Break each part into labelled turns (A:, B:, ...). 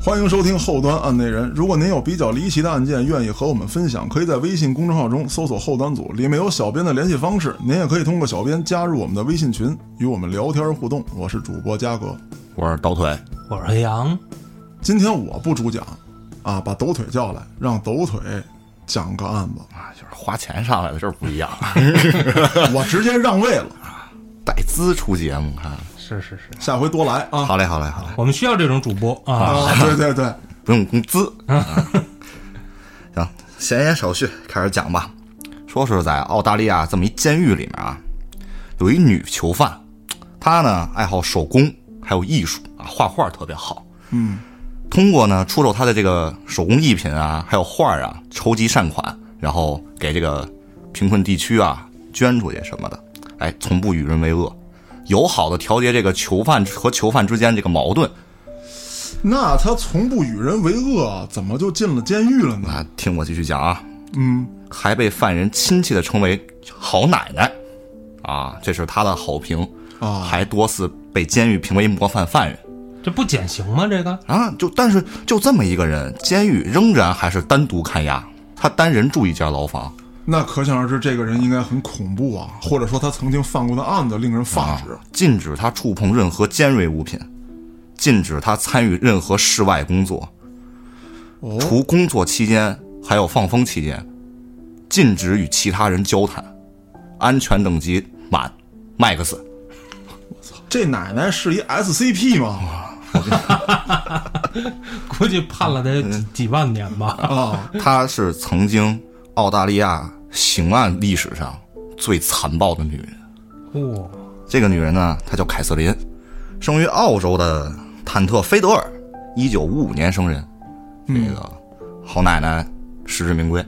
A: 欢迎收听后端案内人。如果您有比较离奇的案件，愿意和我们分享，可以在微信公众号中搜索“后端组”，里面有小编的联系方式。您也可以通过小编加入我们的微信群，与我们聊天互动。我是主播嘉哥，
B: 我是抖腿，
C: 我是黑羊。
A: 今天我不主讲，啊，把抖腿叫来，让抖腿讲个案子。
B: 啊，就是花钱上来的，这不一样，
A: 我直接让位了，
B: 带资出节目，看，
C: 是是是，
A: 下回多来啊！
B: 好嘞，好嘞，好嘞，
C: 我们需要这种主播啊。
A: 啊，对对对，
B: 不用工资。啊 行，闲言少叙，开始讲吧。说是在澳大利亚这么一监狱里面啊，有一女囚犯，她呢爱好手工，还有艺术啊，画画特别好。
A: 嗯，
B: 通过呢出售她的这个手工艺品啊，还有画儿啊，筹集善款，然后给这个贫困地区啊捐出去什么的，哎，从不与人为恶，友好的调节这个囚犯和囚犯之间这个矛盾
A: 那他从不与人为恶，怎么就进了监狱了呢？
B: 啊。听我继续讲啊，
A: 嗯，
B: 还被犯人亲切的称为“好奶奶”，啊，这是她的好评，
A: 啊
B: 还多次被监狱评为模范犯人
C: 这不减刑吗？这个
B: 啊。就但是就这么一个人，监狱仍然还是单独看押，他单人住一间牢房。
A: 那可想而知，这个人应该很恐怖啊，或者说他曾经犯过的案子令人发指。
B: 禁止他触碰任何尖锐物品，禁止他参与任何室外工作，
A: 哦，
B: 除工作期间还有放风期间，禁止与其他人交谈，安全等级满，max。
A: 这奶奶是一 SCP 吗？
C: 估计判了得几几万年 吧。
A: 啊，
B: 她是曾经澳大利亚刑案历史上最残暴的女人。
C: 哇，
B: 这个女人呢，她叫凯瑟琳，生于澳洲的坦特菲德尔，一九五五年生人。这个好奶奶实至名归，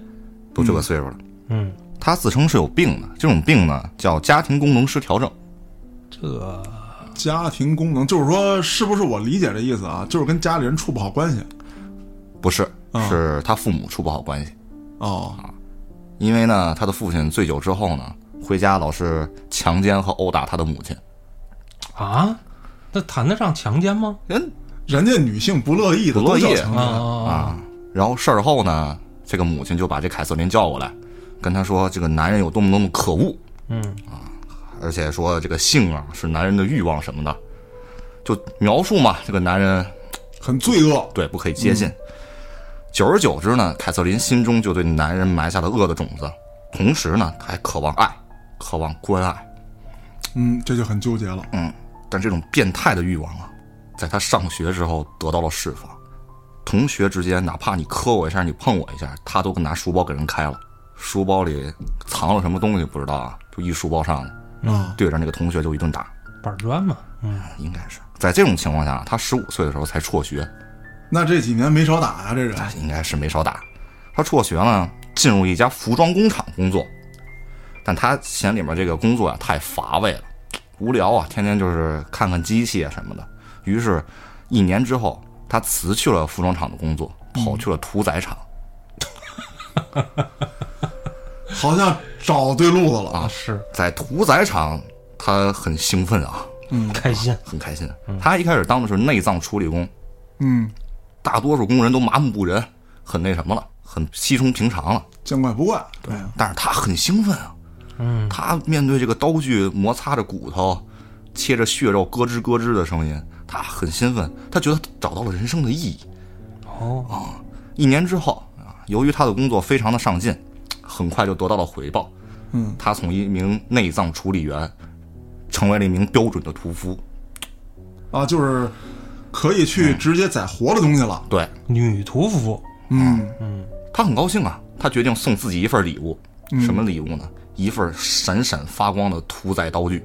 B: 都这个岁数了。
C: 嗯，
B: 她自称是有病的，这种病呢叫家庭功能失调症。
C: 这
A: 家庭功能，就是说，是不是我理解这意思啊？就是跟家里人处不好关系。
B: 不是，
A: 啊
B: 是她父母处不好关系。
A: 哦，
B: 因为呢，她的父亲醉酒之后呢，回家老是强奸和殴打她的母亲。
C: 啊，那谈得上强奸吗？
B: 人
A: 人家女性不乐意的，
B: 不乐意
A: 都叫强
C: 啊
A: 奸
C: 啊，
B: 啊。然后事儿后呢，这个母亲就把这凯瑟琳叫过来，跟她说这个男人有多么多么可恶，啊
C: 嗯
B: 而且说这个性啊是男人的欲望什么的，就描述嘛，这个男人
A: 很罪恶。
B: 对不可以接近。久而久之呢，凯瑟琳心中就对男人埋下了恶的种子，同时呢，她还渴望爱，渴望关爱。
A: 嗯，这就很纠结了。
B: 嗯，但这种变态的欲望啊，在他上学之后得到了释放。同学之间，哪怕你磕我一下，你碰我一下，他都拿书包给人开了。书包里藏了什么东西不知道啊，就一书包上来，
A: 啊，
B: 对着那个同学就一顿打。
C: 板砖嘛。嗯，
B: 应该是在这种情况下，他十五岁的时候才辍学，
A: 那这几年没少打呀，这人。
B: 应该是没少打。他辍学了，进入一家服装工厂工作，但他嫌里面这个工作啊太乏味了，无聊啊，天天就是看看机器啊什么的。于是，一年之后，他辞去了服装厂的工作，跑去了屠宰场。
A: 好像找对路子了啊。
C: 是
B: 在屠宰场，他很兴奋啊，
C: 嗯开心。
B: 很开心。啊他一开始当的是内脏处理工，
A: 嗯，
B: 大多数工人都麻木不仁，很那什么了，很稀松平常了。
A: 见怪不怪。对，
B: 但是他很兴奋啊，
C: 嗯，
B: 他面对这个刀具摩擦着骨头，切着血肉咯吱咯吱的声音，他很兴奋，他觉得他找到了人生的意义。啊
C: 哦，
B: 一年之后啊，由于他的工作非常的上进，很快就得到了回报。
A: 嗯，
B: 他从一名内脏处理员，成为了一名标准的屠夫。
A: 啊，就是可以去直接宰活的东西了。
B: 对
C: 女屠夫。
A: 嗯，
B: 他很高兴啊，他决定送自己一份礼物，什么礼物呢？一份闪闪发光的屠宰刀具。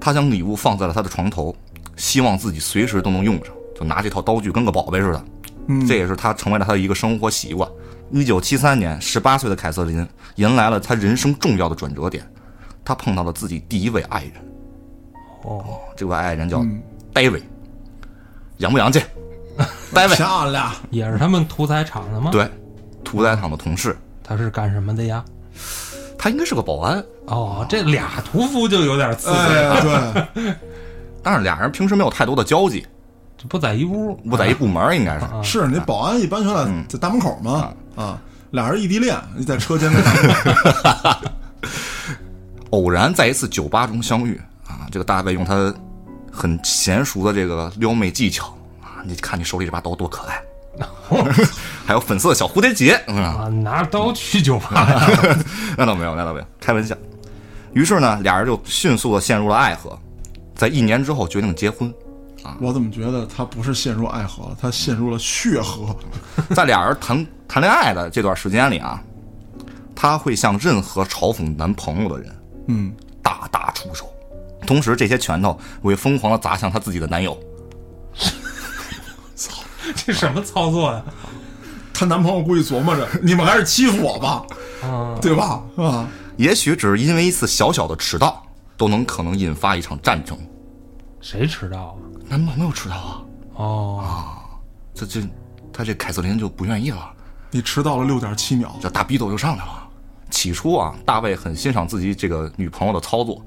B: 他将礼物放在了他的床头，希望自己随时都能用上，就拿这套刀具跟个宝贝似的。
A: 嗯
B: 这也是他成为了他的一个生活习惯。一九七三年，十八岁的凯瑟琳迎来了她人生重要的转折点，她碰到了自己第一位爱人，
C: 哦，
B: 这位爱人叫 David，、洋不洋气？David，
A: 漂亮。
C: 也是他们屠宰场的吗？，
B: 对，屠宰场的同事，
C: 他是干什么的呀？
B: 他应该是个保安。
C: 哦，这俩屠夫就有点刺激。
A: 哎，对，
B: 但是俩人平时没有太多的交集，
C: 就不在一屋，
B: 不在一部门儿应该是。
C: 啊，
A: 是你保安一般全在在大门口嘛，啊，俩人异地恋，你在车间的大门口
B: 偶然在一次酒吧中相遇啊，这个大卫用他很娴熟的这个撩妹技巧啊，你看你手里这把刀多 可爱，还有粉色的小蝴蝶结，嗯，
C: 啊，拿着刀去酒 吧呀，
B: 那倒没有，那倒没有，开玩笑。于是呢，俩人就迅速的陷入了爱河，在一年之后决定结婚。
A: 我怎么觉得他不是陷入爱河了，他陷入了血河？
B: 在俩人谈谈恋爱的这段时间里啊，她会向任何嘲讽男朋友的人
A: 嗯，
B: 大打出手，同时这些拳头会疯狂的砸向她自己的男友。
C: 这什么操作呀？
A: 她男朋友估计琢磨着，你们还是欺负我吧，
C: 啊，
A: 对吧？啊，
B: 也许只是因为一次小小的迟到，都能可能引发一场战争。
C: 谁迟到啊？
B: 男朋友迟到啊，
C: 哦，
B: 这这，他这凯瑟琳就不愿意了，
A: 你迟到了六点七秒，
B: 这大逼斗就上来了。起初啊，大卫很欣赏自己这个女朋友的操作，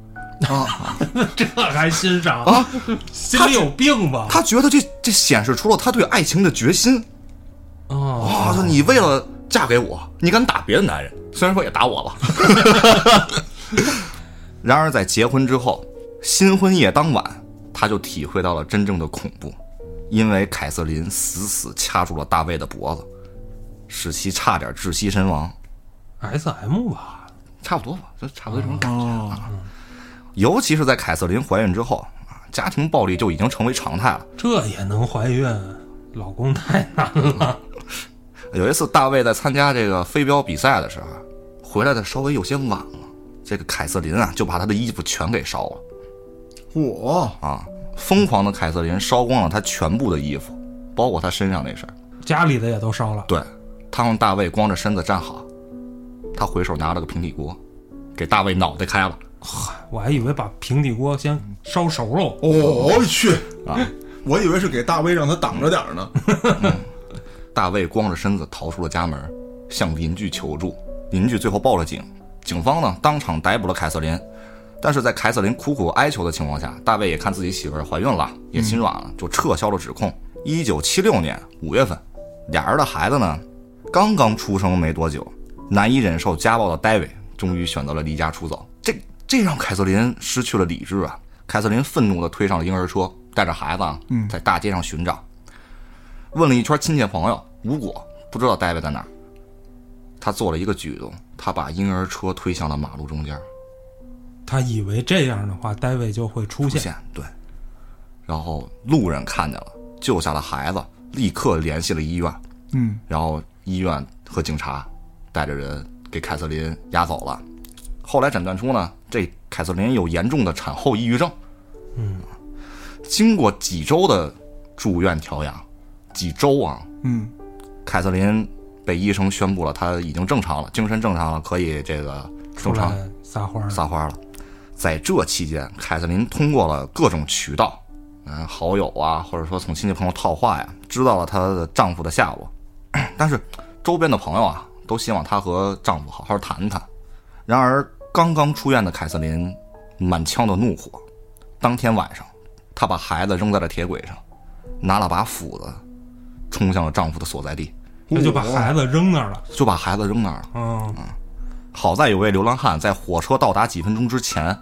A: 啊
C: 这还欣赏啊？心里有病吧？
B: 他觉得这这显示出了他对爱情的决心
C: 哦，
B: 啊！说你为了嫁给我，你敢打别的男人，虽然说也打我了。 然而在结婚之后，新婚夜当晚，他就体会到了真正的恐怖，因为凯瑟琳死死掐住了大卫的脖子，使其差点窒息身亡。
C: ，S M 吧？
B: 差不多吧，就差不多这种感觉啊。尤其是在凯瑟琳怀孕之后啊，家庭暴力就已经成为常态了。
C: 这也能怀孕？老公太难了。
B: 有一次，大卫在参加这个飞镖比赛的时候，啊回来的稍微有些晚了，这个凯瑟琳啊就把他的衣服全给烧了
A: 我
B: 啊！疯狂的凯瑟琳烧光了他全部的衣服，包括他身上那身儿。
C: 家里的也都烧了，
B: 对，他让大卫光着身子站好，他回手拿了个平底锅，给大卫脑袋开了。
C: 我还以为把平底锅先烧熟了。
A: 哦，我去
B: 啊！
A: 我以为是给大卫让他挡着点儿呢。
B: 大卫光着身子逃出了家门，向邻居求助。邻居最后报了警，警方呢当场逮捕了凯瑟琳。但是在凯瑟琳苦苦哀求的情况下，大卫也看自己媳妇儿怀孕了，也心软了，就撤销了指控。一九七六年五月份，俩人的孩子呢刚刚出生没多久，难以忍受家暴的戴维终于选择了离家出走。这这让凯瑟琳失去了理智啊！凯瑟琳愤怒地推上了婴儿车，带着孩子啊，在大街上寻找。问了一圈亲戚朋友，无果，不知道戴维在哪儿。他做了一个举动，他把婴儿车推向了马路中间，
C: 他以为这样的话，大卫就会出
B: 出
C: 现。
B: 现对。然后路人看见了，救下了孩子，立刻联系了医院，
A: 嗯，
B: 然后医院和警察带着人给凯瑟琳押走了。后来诊断出呢，这凯瑟琳有严重的产后抑郁症。嗯，经过几周的住院调养，几周啊，
A: 嗯，
B: 凯瑟琳被医生宣布了，她已经正常了，精神正常了，可以这个
C: 出
B: 正常
C: 来撒欢儿，
B: 撒欢了。在这期间，凯瑟琳通过了各种渠道，嗯，好友啊，或者说从亲戚朋友套话呀，知道了她的丈夫的下落。 但是周边的朋友啊，都希望她和丈夫好好谈谈。然而，刚刚出院的凯瑟琳满腔的怒火，当天晚上，她把孩子扔在了铁轨上，拿了把斧子，冲向了丈夫的所在地，
C: 他就把孩子扔那儿了。
B: 就把孩子扔那儿了。
C: 嗯，
B: 好在有位流浪汉在火车到达几分钟之前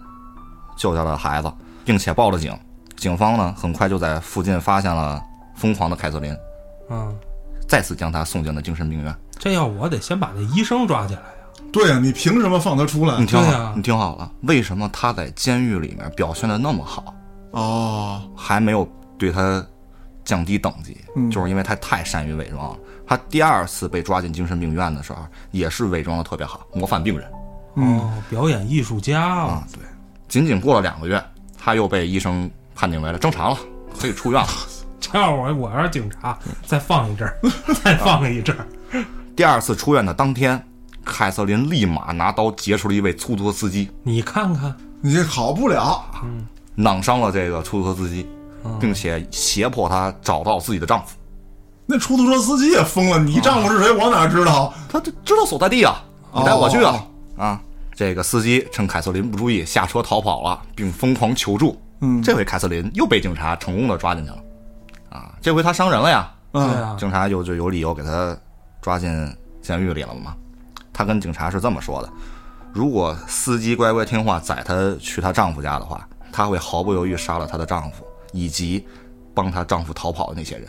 B: 救下了孩子，并且报了警。警方呢，很快就在附近发现了疯狂的凯瑟琳，
C: 嗯，
B: 再次将她送进了精神病院。
C: 这要我得先把那医生抓起来呀、
A: 对呀，你凭什么放他出来
B: 你？听好，
C: 对啊
B: 你听好了，为什么她在监狱里面表现的那么好，
A: 哦，
B: 还没有对她降低等级？
C: 嗯
B: 就是因为她太善于伪装了。她第二次被抓进精神病院的时候，也是伪装的特别好，模范病人。
C: 哦，表演艺术家啊，
B: 对，仅仅过了两个月，她又被医生判定为了正常了，可以出 院了。
C: 这要我我要是警察，再放一阵儿， 再放一阵儿。
B: 第二次出院的当天，凯瑟琳立马拿刀劫持了一位出租车司机，
C: 你看看，
A: 你这好不了。
B: 囊伤了这个出租车司机，并且胁迫他找到自己的丈夫。
A: 那出租车司机也疯了，你丈夫是谁？我哪知道？
B: 他就知道所在地啊，
A: 哦
B: 你带我去啊！啊，这个司机趁凯瑟琳不注意下车逃跑了，并疯狂求助。嗯，这回凯瑟琳又被警察成功的抓进去了。啊，这回他伤人了呀，
C: 对
A: 嗯
C: 啊，
B: 警察就就有理由给他抓进监狱里了嘛。他跟警察是这么说的：如果司机乖乖听话，载她去她丈夫家的话，她会毫不犹豫杀了她的丈夫，以及帮她丈夫逃跑的那些人。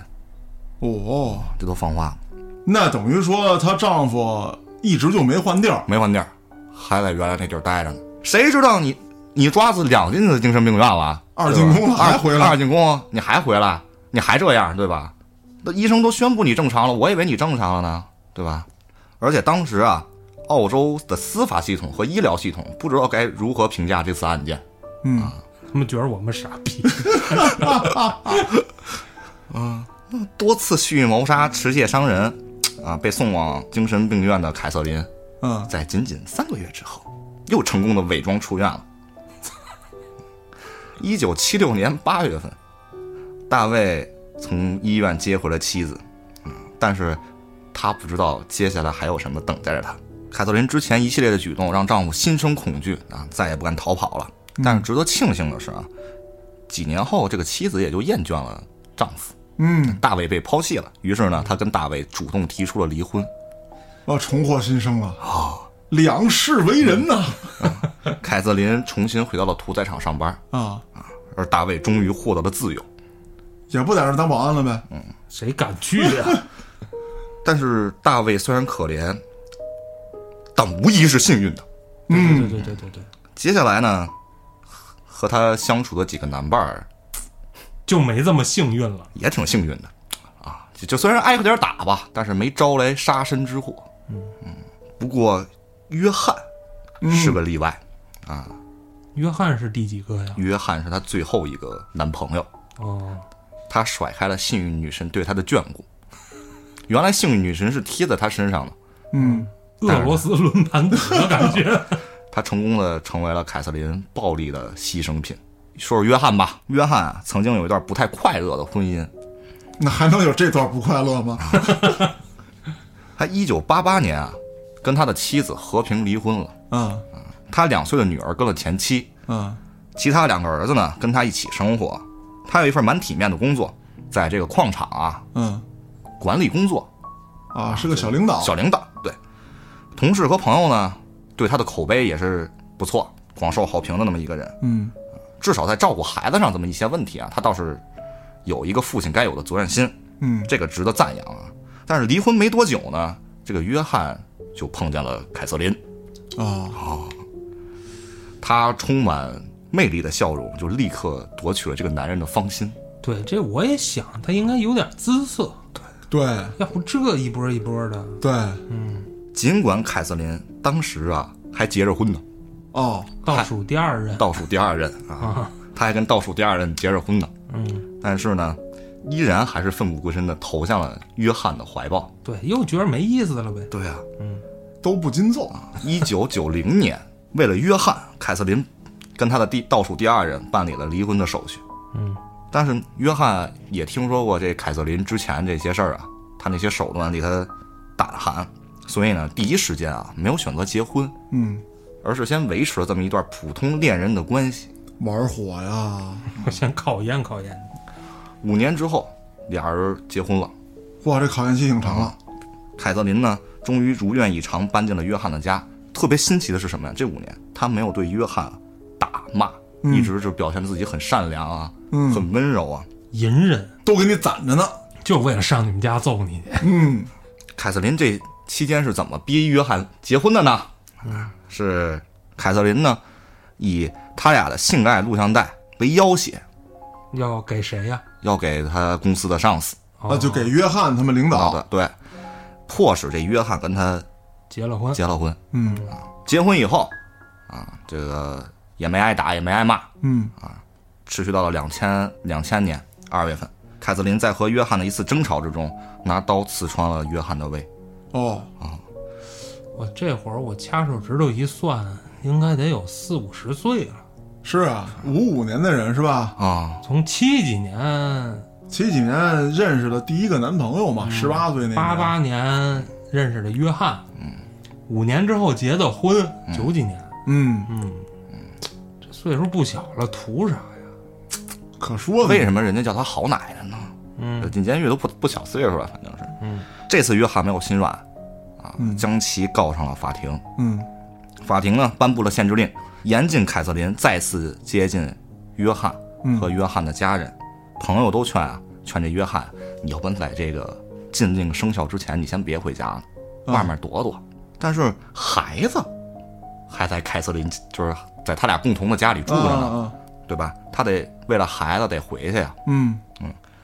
A: 哦，
B: 这都放话了，
A: 那等于说她丈夫一直就没换地儿，
B: 没换地儿，还在原来那地儿待着呢。谁知道你你抓死两进子精神病院了，
A: 二
B: 对吧
A: 进宫了还回来
B: 二二进宫，你还回来，你还这样，对吧？那医生都宣布你正常了，我以为你正常了呢，对吧？而且当时啊，澳洲的司法系统和医疗系统不知道该如何评价这次案件。
A: 嗯，
C: 他们觉得我们傻 逼，
B: 多次蓄意谋杀、持械伤人，啊，被送往精神病院的凯瑟琳，
A: 嗯，
B: 在仅仅三个月之后，又成功的伪装出院了。一九七六年八月份，大卫从医院接回了妻子，嗯，但是他不知道接下来还有什么等待着他。凯瑟琳之前一系列的举动让丈夫心生恐惧啊，再也不敢逃跑了。但是值得庆幸的是啊，几年后这个妻子也就厌倦了丈夫，
A: 嗯，
B: 大卫被抛弃了，于是呢，她跟大卫主动提出了离婚。
A: 我重获新生了啊！两世为人呐！
B: 凯瑟琳重新回到了屠宰场上班，
A: 啊，
B: 而大卫终于获得了自由。
A: 也不在这儿当保安了呗。
C: 谁敢去啊？
B: 但是大卫虽然可怜，但无疑是幸运的。
C: 对
A: 嗯
C: 对对对对对，
B: 接下来呢，和和他相处的几个男伴儿
C: 就没这么幸运了。
B: 也挺幸运的啊，就就虽然挨过点打吧，但是没招来杀身之祸。嗯不过约翰是个例外，
C: 约翰是第几个呀？
B: 约翰是他最后一个男朋友。
A: 嗯
C: 哦，
B: 他甩开了幸运女神对他的眷顾。原来幸运女神是贴在他身上的，
A: 嗯，
C: 俄罗斯轮盘子的感觉。
B: 他成功的成为了凯瑟琳暴力的牺牲品。说说约翰吧，约翰啊，曾经有一段不太快乐的婚姻。
A: 那还能有这段不快乐吗？
B: 他一九八八年啊，跟他的妻子和平离婚了。
A: 啊
B: 他两岁的女儿跟了前妻，
A: 啊，
B: 其他两个儿子呢跟他一起生活。他有一份蛮体面的工作，在这个矿场啊
A: 嗯
B: 管理工作，
A: 啊，是个小领导。
B: 小领导。对，同事和朋友呢对他的口碑也是不错，广受好评的那么一个人。
A: 嗯
B: 至少在照顾孩子上这么一些问题啊，他倒是有一个父亲该有的责任心，
A: 嗯，
B: 这个值得赞扬啊。但是离婚没多久呢，这个约翰就碰见了凯瑟琳，
A: 啊，
B: 她充满魅力的笑容就立刻夺取了这个男人的芳心。
C: 对，这我也想，他应该有点姿色，
A: 对
C: 要不这一波一波的，
A: 对，
B: 尽管凯瑟琳当时啊还结着婚呢，
A: 哦，
C: 倒数第二任
B: 倒数第二任啊
C: 啊，
B: 她还跟倒数第二任结着婚呢，
C: 嗯，
B: 但是呢，依然还是奋不顾身的投向了约翰的怀抱。
C: 对，又觉得没意思了呗。
B: 对啊，
A: 都不禁揍。
B: 一九九零年，为了约翰，凯瑟琳跟他的第倒数第二任办理了离婚的手续。
C: 嗯，
B: 但是约翰也听说过这凯瑟琳之前这些事儿啊，他那些手段令他胆寒，所以呢，第一时间啊，没有选择结婚，
A: 嗯，
B: 而是先维持了这么一段普通恋人的关系。
A: 玩火呀！
C: 我先考验考验。
B: 五年之后，俩人结婚了。
A: 哇，这考验期挺长啊了。
B: 凯瑟琳呢，终于如愿以偿搬进了约翰的家。特别新奇的是什么呀？这五年，她没有对约翰打骂，
A: 嗯
B: 一直就表现自己很善良啊，
A: 嗯
B: 很温柔啊。
C: 隐忍，
A: 都给你攒着呢。
C: 就为了上你们家揍你去。
A: 嗯，
B: 凯瑟琳这期间是怎么逼约翰结婚的呢？
A: 嗯
B: 是凯瑟琳呢，以他俩的性爱录像带为要挟，
C: 要给谁呀、
B: 要给他公司的上司
C: 哦
A: 那啊就给约翰他们领
B: 好
A: 导
B: 的，对，迫使这约翰跟他
C: 结了婚。
B: 结了婚。
A: 嗯
B: 结婚以后，啊，这个也没挨打，也没挨骂，
A: 嗯
B: 持续到了两千两千年二月份，凯瑟琳在和约翰的一次争吵之中，拿刀刺穿了约翰的胃。
A: 哦，
C: 我这会儿我掐手指头一算，应该得有四五十岁了。
A: 是啊，五五年的人是吧？
B: 啊、
C: 从七几年、
A: 七几年认识的第一个男朋友嘛，十八岁那年
C: 八八年认识的约翰，嗯，五年之后结的婚，九几年，
A: 嗯，
C: 嗯，这岁数不小了，图啥呀？
A: 可说呢
B: 为什么人家叫她好奶奶呢？呃
C: 嗯
B: 进监狱都不不小岁数了，反正是。
C: 嗯
B: 这次约翰没有心软，啊
A: 嗯，
B: 将其告上了法庭。
A: 嗯
B: 法庭呢颁布了限制令，严禁凯瑟琳再次接近约翰
A: 嗯
B: 和约翰的家人。朋友都劝啊，劝这约翰，你要不然在这个禁令生效之前，你先别回家了，
A: 嗯
B: 外面躲躲。但是孩子还在凯瑟琳，就是在他俩共同的家里住着呢，
A: 啊啊
B: 对吧？他得为了孩子得回去呀、
A: 嗯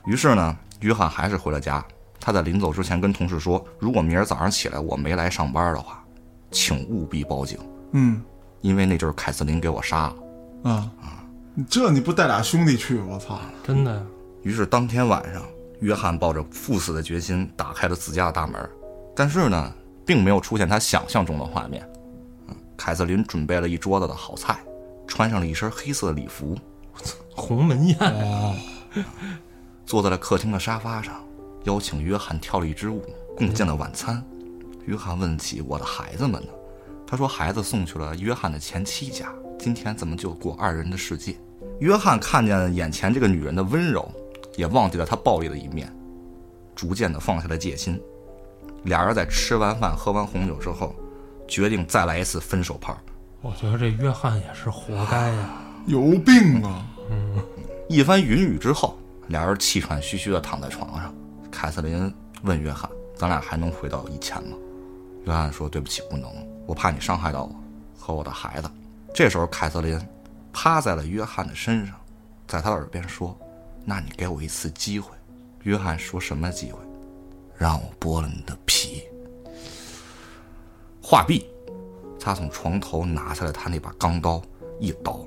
B: 于是呢，约翰还是回了家。他在临走之前跟同事说：“如果明儿早上起来我没来上班的话，请务必报警，
A: 嗯
B: 因为那就是凯瑟琳给我杀了。
A: 啊，这你不带俩兄弟去？我操！”
C: 真的呀，
B: 于是当天晚上，约翰抱着赴死的决心打开了自家的大门，但是呢，并没有出现他想象中的画面。嗯凯瑟琳准备了一桌子的好菜，穿上了一身黑色的礼服，
C: 鸿门宴，
A: 哦，
B: 坐在了客厅的沙发上，邀请约翰跳了一支舞，共进了晚餐。约翰问起我的孩子们呢，他说孩子送去了约翰的前妻家，今天咱们就过二人的世界。约翰看见眼前这个女人的温柔，也忘记了她暴力的一面，逐渐的放下了戒心。俩人在吃完饭、喝完红酒之后，决定再来一次分手炮。
C: 我觉得这约翰也是活该呀。
A: 有病啊！
B: 一番云雨之后，俩人气喘吁吁地躺在床上。凯瑟琳问约翰：“咱俩还能回到以前吗？”约翰说：“对不起，不能，我怕你伤害到我和我的孩子。”这时候，凯瑟琳趴在了约翰的身上，在他耳边说：“那你给我一次机会。”约翰说什么机会？让我剥了你的皮。话毕，他从床头拿下了他那把钢刀，一刀，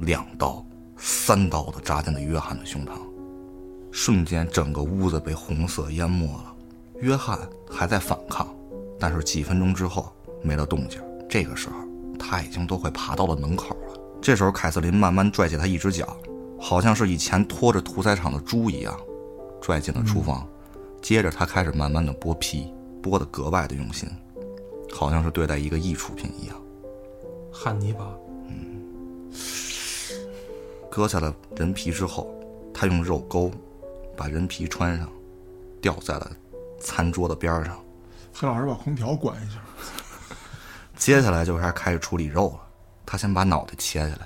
B: 两刀、三刀的扎进了约翰的胸膛，瞬间整个屋子被红色淹没了。约翰还在反抗，但是几分钟之后没了动静。这个时候，他已经都快爬到了门口了。这时候，凯瑟琳慢慢拽起他一只脚，好像是以前拖着屠宰场的猪一样，拽进了厨房。接着，他开始慢慢的剥皮，剥得格外的用心，好像是对待一个艺术品一样。
C: 汉尼拔，
B: 割下了人皮之后，他用肉钩把人皮穿上，吊在了餐桌的边儿上。
A: 黑老师把空调关一下。
B: 接下来就是开始处理肉了。他先把脑袋切下来，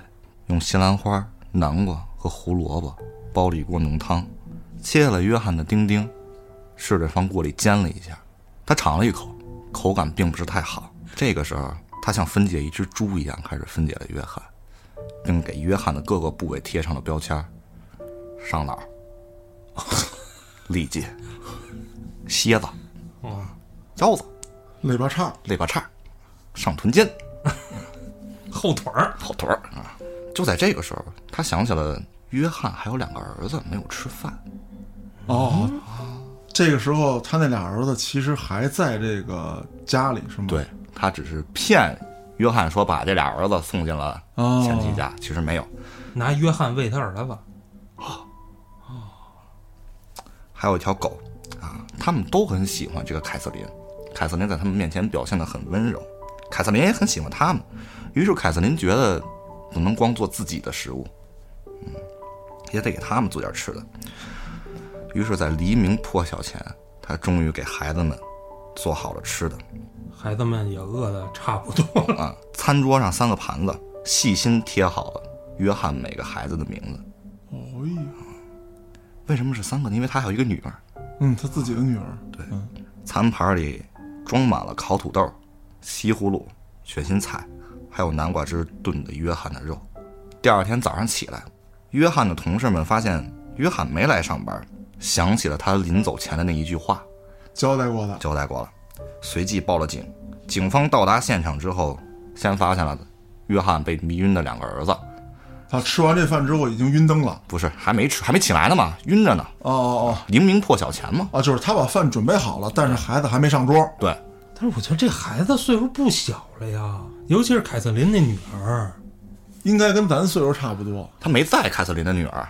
B: 用西兰花、南瓜和胡萝卜煲了一锅浓汤，切下了约翰的丁丁，试着放锅里煎了一下。他尝了一口，口感并不是太好。这个时候，他像分解一只猪一样开始分解了约翰，并给约翰的各个部位贴上了标签儿：上 脑、痢疾、蝎子、
C: 哦，
B: 腰子、
A: 肋巴叉，
B: 肋巴叉、上臀尖。
C: 后腿儿，
B: 跑腿儿啊！就在这个时候，他想起了约翰还有两个儿子没有吃饭。
A: 哦，这个时候他那俩儿子其实还在这个家里是吗？
B: 对他只是骗约翰说把这俩儿子送进了
A: 哦
B: 前妻家，其实没有。
C: 拿约翰喂他儿子，
B: 还有一条狗啊，他们都很喜欢这个凯瑟琳。凯瑟琳在他们面前表现得很温柔，凯瑟琳也很喜欢他们。于是凯瑟琳觉得不能光做自己的食物，嗯，也得给他们做点吃的。于是，在黎明破晓前，他终于给孩子们做好了吃的。
C: 孩子们也饿得差不多了。
B: 啊，餐桌上三个盘子细心贴好了约翰每个孩子的名字。
A: 哦呀，
B: 为什么是三个呢？因为他还有一个女儿。
A: 嗯，他自己的女儿。对，
B: 餐盘里装满了烤土豆、西葫芦、卷心菜，还有南瓜汁炖的约翰的肉。第二天早上起来，约翰的同事们发现约翰没来上班，想起了他临走前的那一句话，
A: 交代过的。
B: 交代过了，随即报了警。警方到达现场之后，先发现了约翰被迷晕的两个儿子，
A: 他吃完这饭之后已经晕灯了。
B: 不是还没吃，还没起来呢嘛，晕着呢。
A: 哦哦
B: 黎明破晓前嘛。
A: 哦，啊，就是他把饭准备好了，但是孩子还没上桌。
B: 对，
C: 但是我觉得这孩子岁数不小了呀，尤其是凯瑟琳那女儿，
A: 应该跟咱岁数差不多。
B: 他没在凯瑟琳的女儿，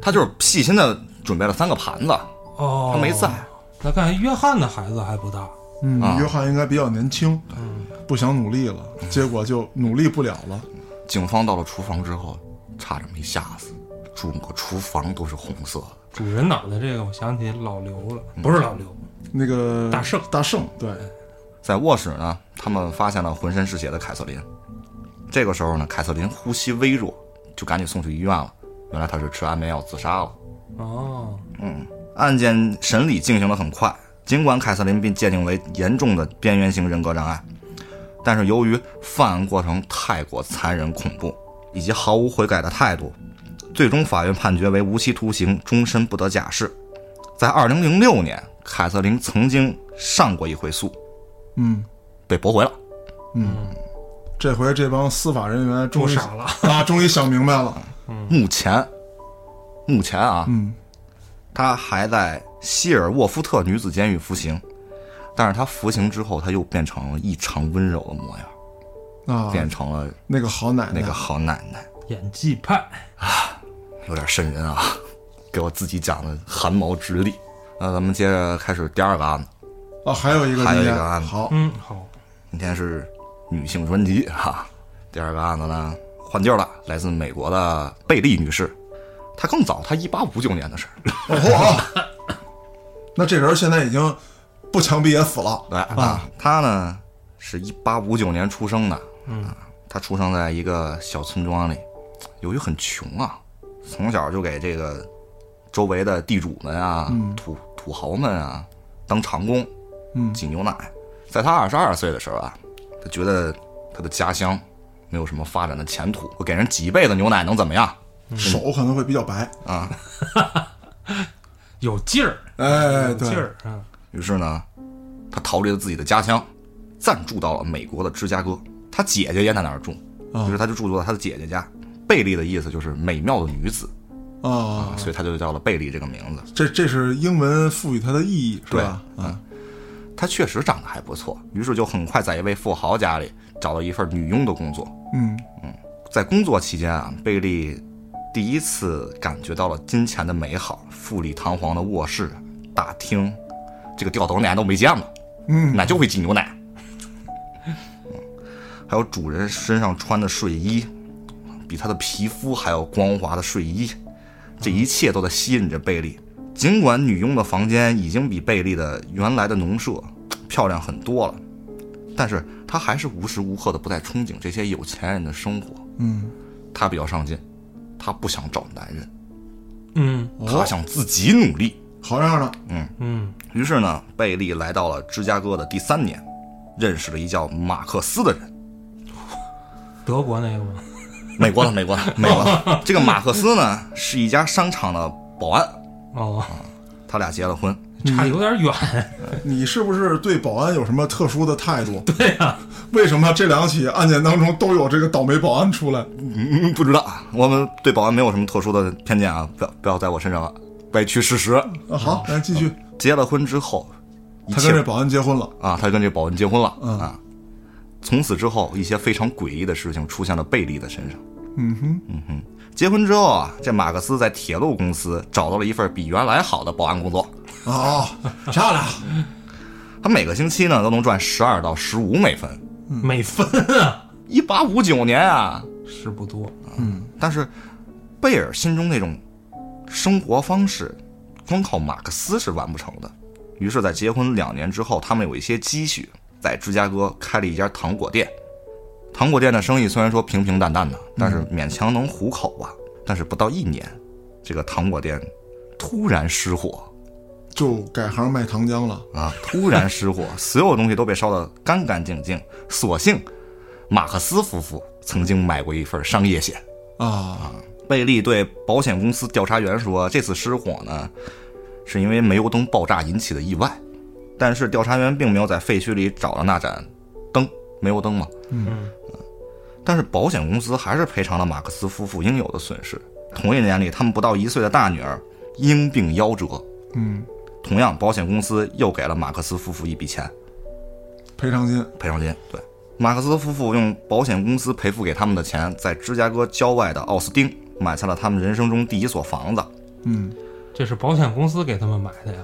B: 他就是细心的准备了三个盘子，
C: 哦，
B: 他没在。
C: 那看来约翰的孩子还不大，
A: 嗯，
B: 啊
A: 约翰应该比较年轻，不想努力了，结果就努力不了了。
B: 警方到了厨房之后，差点没吓死。整个厨房都是红色的。
C: 主人脑袋这个，我想起老刘了，不是老刘，
A: 那个
C: 大圣
A: 大圣对，
B: 在卧室呢，他们发现了浑身是血的凯瑟琳。这个时候呢，凯瑟琳呼吸微弱，就赶紧送去医院了。原来她是吃安眠药自杀了。
C: 哦，
B: 嗯案件审理进行得很快，尽管凯瑟琳被界定为严重的边缘型人格障碍，但是由于犯案过程太过残忍恐怖，以及毫无悔改的态度，最终法院判决为无期徒刑，终身不得假释。在2006年，凯瑟琳曾经上过一回诉，
A: 嗯，
B: 被驳回了。
A: 这回这帮司法人员终
C: 我
A: 于
C: 傻了，
A: 啊，终于想明白了，
B: 目前，目前啊，
A: 嗯，
B: 他还在希尔沃夫特女子监狱服刑，但是他服刑之后，他又变成了异常温柔的模样，
A: 啊，
B: 变成了
A: 那个好奶奶，
B: 那个好奶奶，
C: 演技派，
A: 嗯
B: 有点瘆人啊， 给我自己讲的汗毛直立。那咱们接着开始第二个案子，
A: 啊，还有一个
B: 还有一
A: 今天
B: 个案子
A: 好，
C: 嗯，好，
B: 今天是女性专辑哈、第二个案子呢换劲儿了，来自美国的贝利女士，她更早，她一八五九年的事儿。
A: 哦吼啊，那这人现在已经不枪毙也死了，
B: 对
A: 啊，
B: 他呢哎是一八五九年出生的，嗯，他出生在一个小村庄里，由于很穷啊，从小就给这个周围的地主们啊、土土豪们啊当长工，
A: 嗯
B: 挤牛奶。在他二十二岁的时候啊，他觉得他的家乡没有什么发展的前途，我给人挤一辈子牛奶能怎么样？啊
A: 手可能会比较白，
C: 有劲儿，
A: 哎，
C: 有劲
A: 对，
C: 儿，嗯，
B: 于是呢，他逃离了自己的家乡，暂住到了美国的芝加哥。他姐姐也在那儿住，
A: 啊
B: 于是他就住到他的姐姐家。贝利的意思就是美妙的女子，
A: 啊，
B: 所以他就叫了贝利这个名字。
A: 这这是英文赋予它的意义是吧？啊，
B: 他确实长得还不错，于是就很快在一位富豪家里找到一份女佣的工作。
A: 嗯，
B: 在工作期间啊，贝利第一次感觉到了金钱的美好，富丽堂皇的卧室、大厅，这个掉头奶都没见过，
A: 嗯，
B: 奶就会挤牛奶，嗯还有主人身上穿的睡衣，比他的皮肤还要光滑的睡衣，这一切都在吸引着贝利。尽管女佣的房间已经比贝利的原来的农舍漂亮很多了，但是他还是无时无刻的不在憧憬这些有钱人的生活。
A: 嗯，
B: 他比较上进，他不想找男人，
C: 嗯，
B: 他
A: 哦，
B: 想自己努力。
A: 好样的，
C: 嗯，
B: 于是呢，贝利来到了芝加哥的第三年，认识了一叫马克思的人。
C: 德国那个吗？
B: 美国的，美国的，美国的。这个马克思呢，是一家商场的保安，
C: 哦，
B: 他俩结了婚。
C: 差有点远，
A: 你是不是对保安有什么特殊的态度？对呀、为什么这两起案件当中都有这个倒霉保安出来？
B: 嗯，不知道，我们对保安没有什么特殊的偏见啊，不要不要在我身上歪曲事实。
A: 啊，好，来继续，
B: 结了婚之后，哦一
A: 他跟这
B: 切
A: 保安结婚了，
B: 啊，他跟这保安结婚了、
A: 嗯
B: 啊。从此之后，一些非常诡异的事情出现了贝利的身上。
A: 嗯哼，
B: 结婚之后啊，这马克思在铁路公司找到了一份比原来好的保安工作。
A: 啊，漂亮，
B: 他每个星期呢都能赚十二到十五美分。
C: 美分啊，
B: 一八五九年啊，
C: 是不多，
B: 但是贝尔心中那种生活方式，光靠马克思是完不成的。于是，在结婚两年之后，他们有一些积蓄，在芝加哥开了一家糖果店。糖果店的生意虽然说平平淡淡的，但是勉强能糊口吧。但是不到一年，这个糖果店突然失火
A: 就改行卖糖浆了。
B: 啊！突然失火，所有东西都被烧得干干净净。所幸，马克思夫妇曾经买过一份商业险。
A: 啊，
B: 贝利对保险公司调查员说，这次失火呢，是因为煤油灯爆炸引起的意外。但是调查员并没有在废墟里找到那盏灯，煤油灯嘛。呃
C: 嗯，
B: 但是保险公司还是赔偿了马克思夫妇应有的损失。同一年里，他们不到一岁的大女儿因病夭折。
A: 嗯，
B: 同样，保险公司又给了马克思夫妇一笔钱
A: 赔偿金，
B: 赔偿金。对，马克思夫妇用保险公司赔付给他们的钱，在芝加哥郊外的奥斯汀买下了他们人生中第一所房子。
A: 嗯，
C: 这是保险公司给他们买的呀，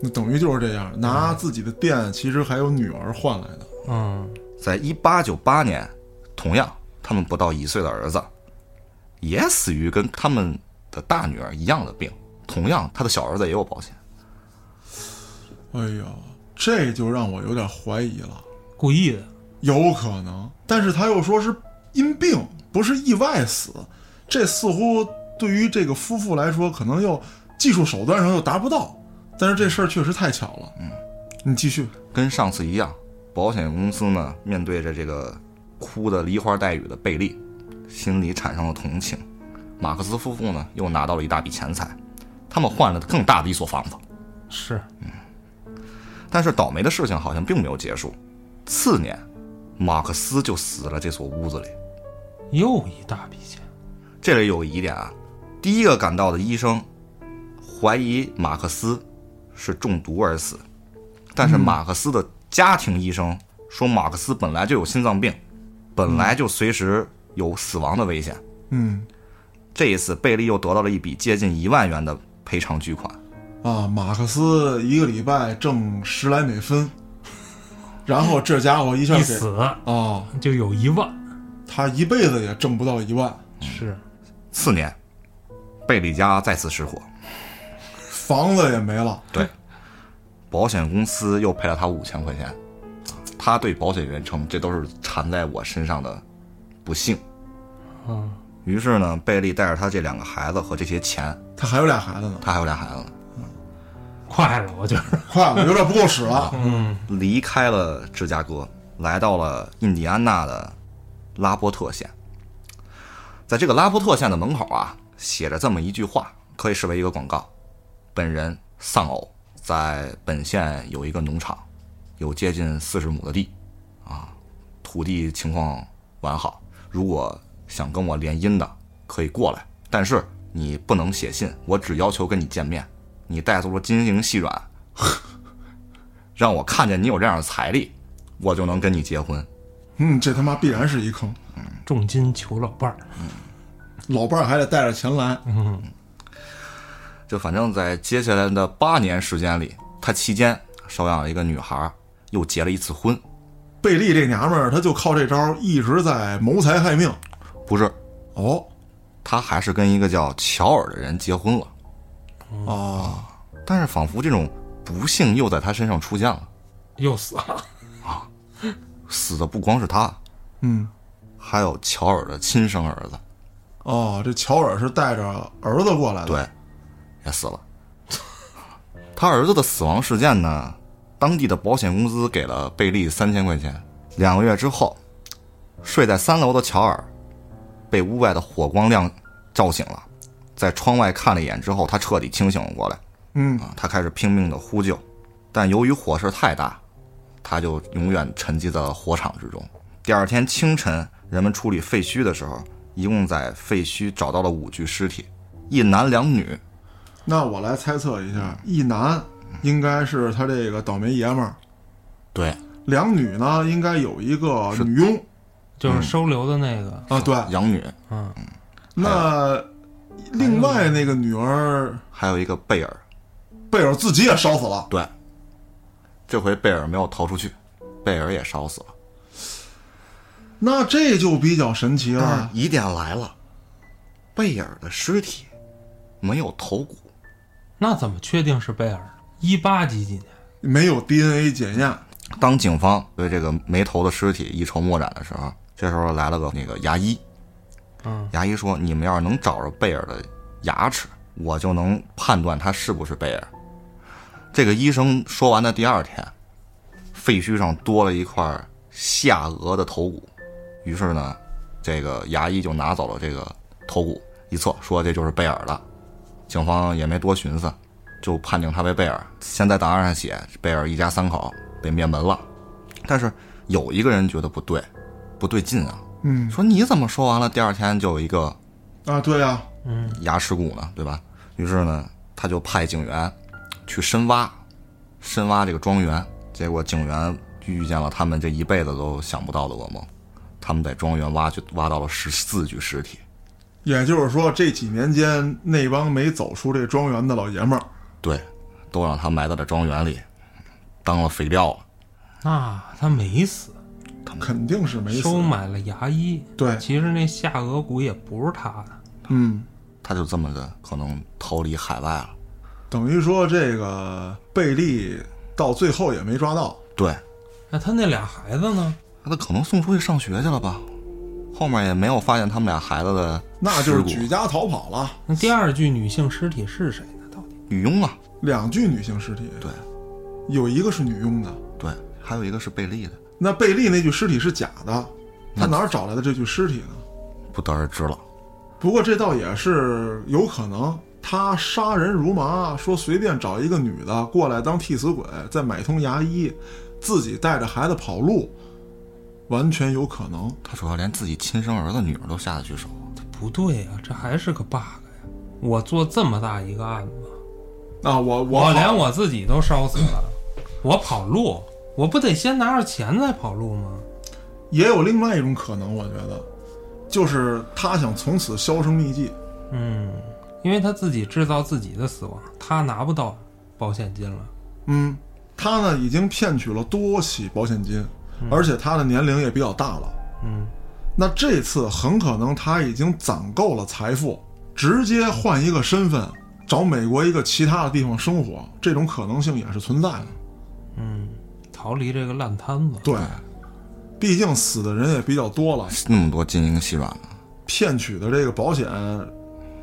A: 那等于就是这样，拿自己的店，其实还有女儿换来的。
C: 嗯，
B: 在一八九八年，同样他们不到一岁的儿子也死于跟他们的大女儿一样的病，同样他的小儿子也有保险。
A: 哎呀，这就让我有点怀疑了，
C: 故意的。
A: 有可能，但是他又说是因病，不是意外死，这似乎对于这个夫妇来说，可能又技术手段上又达不到，但是这事儿确实太巧了。嗯，你继续。
B: 跟上次一样，保险公司呢面对着这个哭得梨花带雨的贝利，心里产生了同情。马克思夫妇呢又拿到了一大笔钱财，他们换了更大的一所房子。
C: 是，
B: 但是倒霉的事情好像并没有结束。次年，马克思就死了这所屋子里。
C: 又一大笔钱。
B: 这里有个疑点啊，第一个赶到的医生怀疑马克思是中毒而死，但是马克思的家庭医生说马克思本来就有心脏病，本来就随时有死亡的危险。
A: 嗯，
B: 这一次，贝利又得到了一笔接近一万元的赔偿巨款。
A: 啊，马克思一个礼拜挣十来美分，然后这家伙一下
C: 一
A: 给
C: 死
A: 啊，
C: 就有一万。
A: 他一辈子也挣不到一万，
C: 是，
B: 次年，贝利家再次失火，
A: 房子也没了。
B: 对，保险公司又赔了他五千块钱。他对保险员称，这都是缠在我身上的不幸。
C: 嗯，
B: 于是呢，贝利带着他这两个孩子和这些钱，
A: 他还有俩孩子呢，
B: 他还有俩孩子呢，
C: 快了，我觉得。
A: 快了，有点不够使了。
C: 嗯，
B: 离开了芝加哥，来到了印第安纳的拉波特县。在这个拉波特县的门口啊，写着这么一句话，可以视为一个广告：本人丧偶，在本县有一个农场，有接近四十亩的地，啊，土地情况完好。如果想跟我联姻的，可以过来，但是你不能写信，我只要求跟你见面。你带足了金银细软，让我看见你有这样的财力，我就能跟你结婚。
A: 嗯，这他妈必然是一坑，
C: 重金求老伴儿。
A: 老伴儿还得带着钱来。
B: 就反正在接下来的八年时间里，他期间收养了一个女孩，又结了一次婚。
A: 贝利这娘们儿，她就靠这招儿一直在谋财害命。
B: 不是，
A: 哦，
B: 他还是跟一个叫乔尔的人结婚了。
A: 啊，
B: 但是仿佛这种不幸又在他身上出现了，
C: 又死了。
B: 死的不光是他，
A: 嗯，
B: 还有乔尔的亲生儿子，
A: 哦，这乔尔是带着儿子过来的。，
B: 对，也死了。他儿子的死亡事件呢，当地的保险公司给了贝利三千块钱。两个月之后，睡在三楼的乔尔被屋外的火光亮照醒了，在窗外看了一眼之后，他彻底清醒了过来。
A: 嗯，
B: 啊，他开始拼命的呼救，但由于火势太大，他就永远沉寂在了火场之中。第二天清晨，人们处理废墟的时候，一共在废墟找到了五具尸体，一男两女。
A: 那我来猜测一下，一男应该是他这个倒霉爷们儿，
B: 对，
A: 两女呢应该有一个女佣
C: 就是收留的那个，
A: 啊。对，
B: 养女，
C: 嗯，
A: 那另外那个女儿
B: 还有一个贝尔。
A: 贝尔自己也烧死了。
B: 对，这回贝尔没有逃出去，贝尔也烧死了。
A: 那这就比较神奇
B: 但是
A: 了。
B: 啊疑点来了，贝尔的尸体没有头骨，
C: 那怎么确定是贝尔？一八几几年？
A: 没有 DNA 检验，
B: 当警方对这个没头的尸体一筹莫展的时候，这时候来了个那个牙医，
C: 嗯，
B: 牙医说：“你们要是能找着贝尔的牙齿，我就能判断他是不是贝尔。”这个医生说完的第二天，废墟上多了一块下颚的头骨，于是呢，这个牙医就拿走了这个头骨一测，说这就是贝尔的。警方也没多寻思，就判定他为贝尔。先在档案上写贝尔一家三口被灭门了，但是有一个人觉得不对，不对劲啊，
A: 嗯
B: 说你怎么说完了，第二天就有一个
A: 啊，对呀、啊，
B: 牙齿骨呢，对吧？于是呢，他就派警员去深挖，深挖这个庄园。结果警员遇见了他们这一辈子都想不到的噩梦，他们在庄园挖去挖到了十四具尸体。
A: 也就是说，这几年间，那帮没走出这庄园的老爷们儿，
B: 对，都让他埋在了庄园里，当了肥料了。
C: 那他没死，
A: 肯定是没死。
C: 收买了牙医。
A: 对
C: 其实那下颌骨也不是他的，
A: 嗯，
B: 他就这么的可能逃离海外了。
A: 等于说这个贝利到最后也没抓到，
B: 对，
C: 那他那俩孩子呢？
B: 那他可能送出去上学去了吧？后面也没有发现他们俩孩子的
A: 那就是
B: 尸骨
A: 举家逃跑了。
C: 那第二具女性尸体是谁呢？到底？
B: 女佣啊，
A: 两具女性尸体，
B: 对
A: 有一个是女佣的。
B: 对，还有一个是贝利的，
A: 那贝利那具尸体是假的，他哪儿找来的这具尸体呢？
B: 不得而知了。
A: 不过这倒也是有可能，他杀人如麻，说随便找一个女的过来当替死鬼，再买通牙医，自己带着孩子跑路，完全有可能。
B: 他主要连自己亲生儿子女儿都下得去手，
C: 不对啊，这还是个 bug 呀！我做这么大一个案子，
A: 啊，我
C: 我
A: 我
C: 连我自己都烧死了，我跑路，我不得先拿着钱再跑路吗？
A: 也有另外一种可能，我觉得，就是他想从此销声匿迹。
C: 嗯，因为他自己制造自己的死亡，他拿不到保险金了。
A: 嗯，他呢已经骗取了多起保险金，而且他的年龄也比较大了。
C: 嗯，
A: 那这次很可能他已经攒够了财富，直接换一个身份，找美国一个其他的地方生活，这种可能性也是存在的。
C: 嗯，逃离这个烂摊子。
A: 对，毕竟死的人也比较多了，
B: 那么多金银细软的，
A: 骗取的这个保险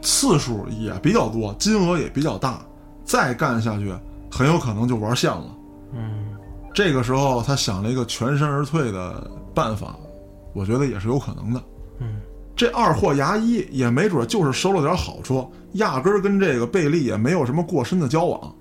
A: 次数也比较多，金额也比较大，再干下去很有可能就玩线了。
C: 嗯，
A: 这个时候，他想了一个全身而退的办法，我觉得也是有可能的。
C: 嗯，
A: 这二货牙医也没准就是收了点好处，压根儿跟这个贝利也没有什么过深的交往。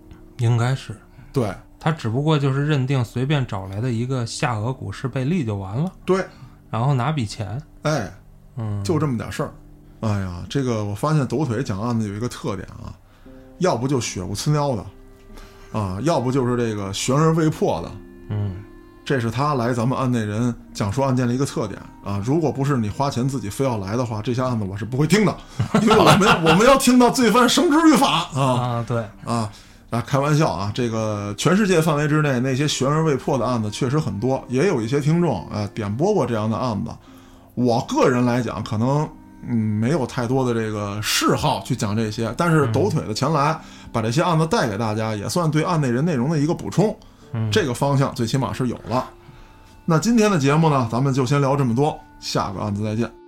C: 应该是
A: 对
C: 他，只不过就是认定随便找来的一个下颌骨是贝利就完了，
A: 对，
C: 然后拿笔钱。
A: 哎，
C: 嗯，
A: 就这么点事儿。哎呀，这个我发现抖腿讲案子有一个特点啊，要不就血不呲尿的，啊，要不就是这个悬而未破的，
C: 嗯，
A: 这是他来咱们案内人讲述案件的一个特点啊。如果不是你花钱自己非要来的话，这些案子我是不会听的，因为我们要我们要听到罪犯绳之于法啊
C: 啊，对，
A: 啊啊！开玩笑啊，这个全世界范围之内那些悬而未破的案子确实很多，也有一些听众啊点播过这样的案子。我个人来讲，可能嗯没有太多的这个嗜好去讲这些，但是抖腿的前来把这些案子带给大家，也算对案内人内容的一个补充。
C: 嗯，
A: 这个方向最起码是有了。那今天的节目呢，咱们就先聊这么多，下个案子再见。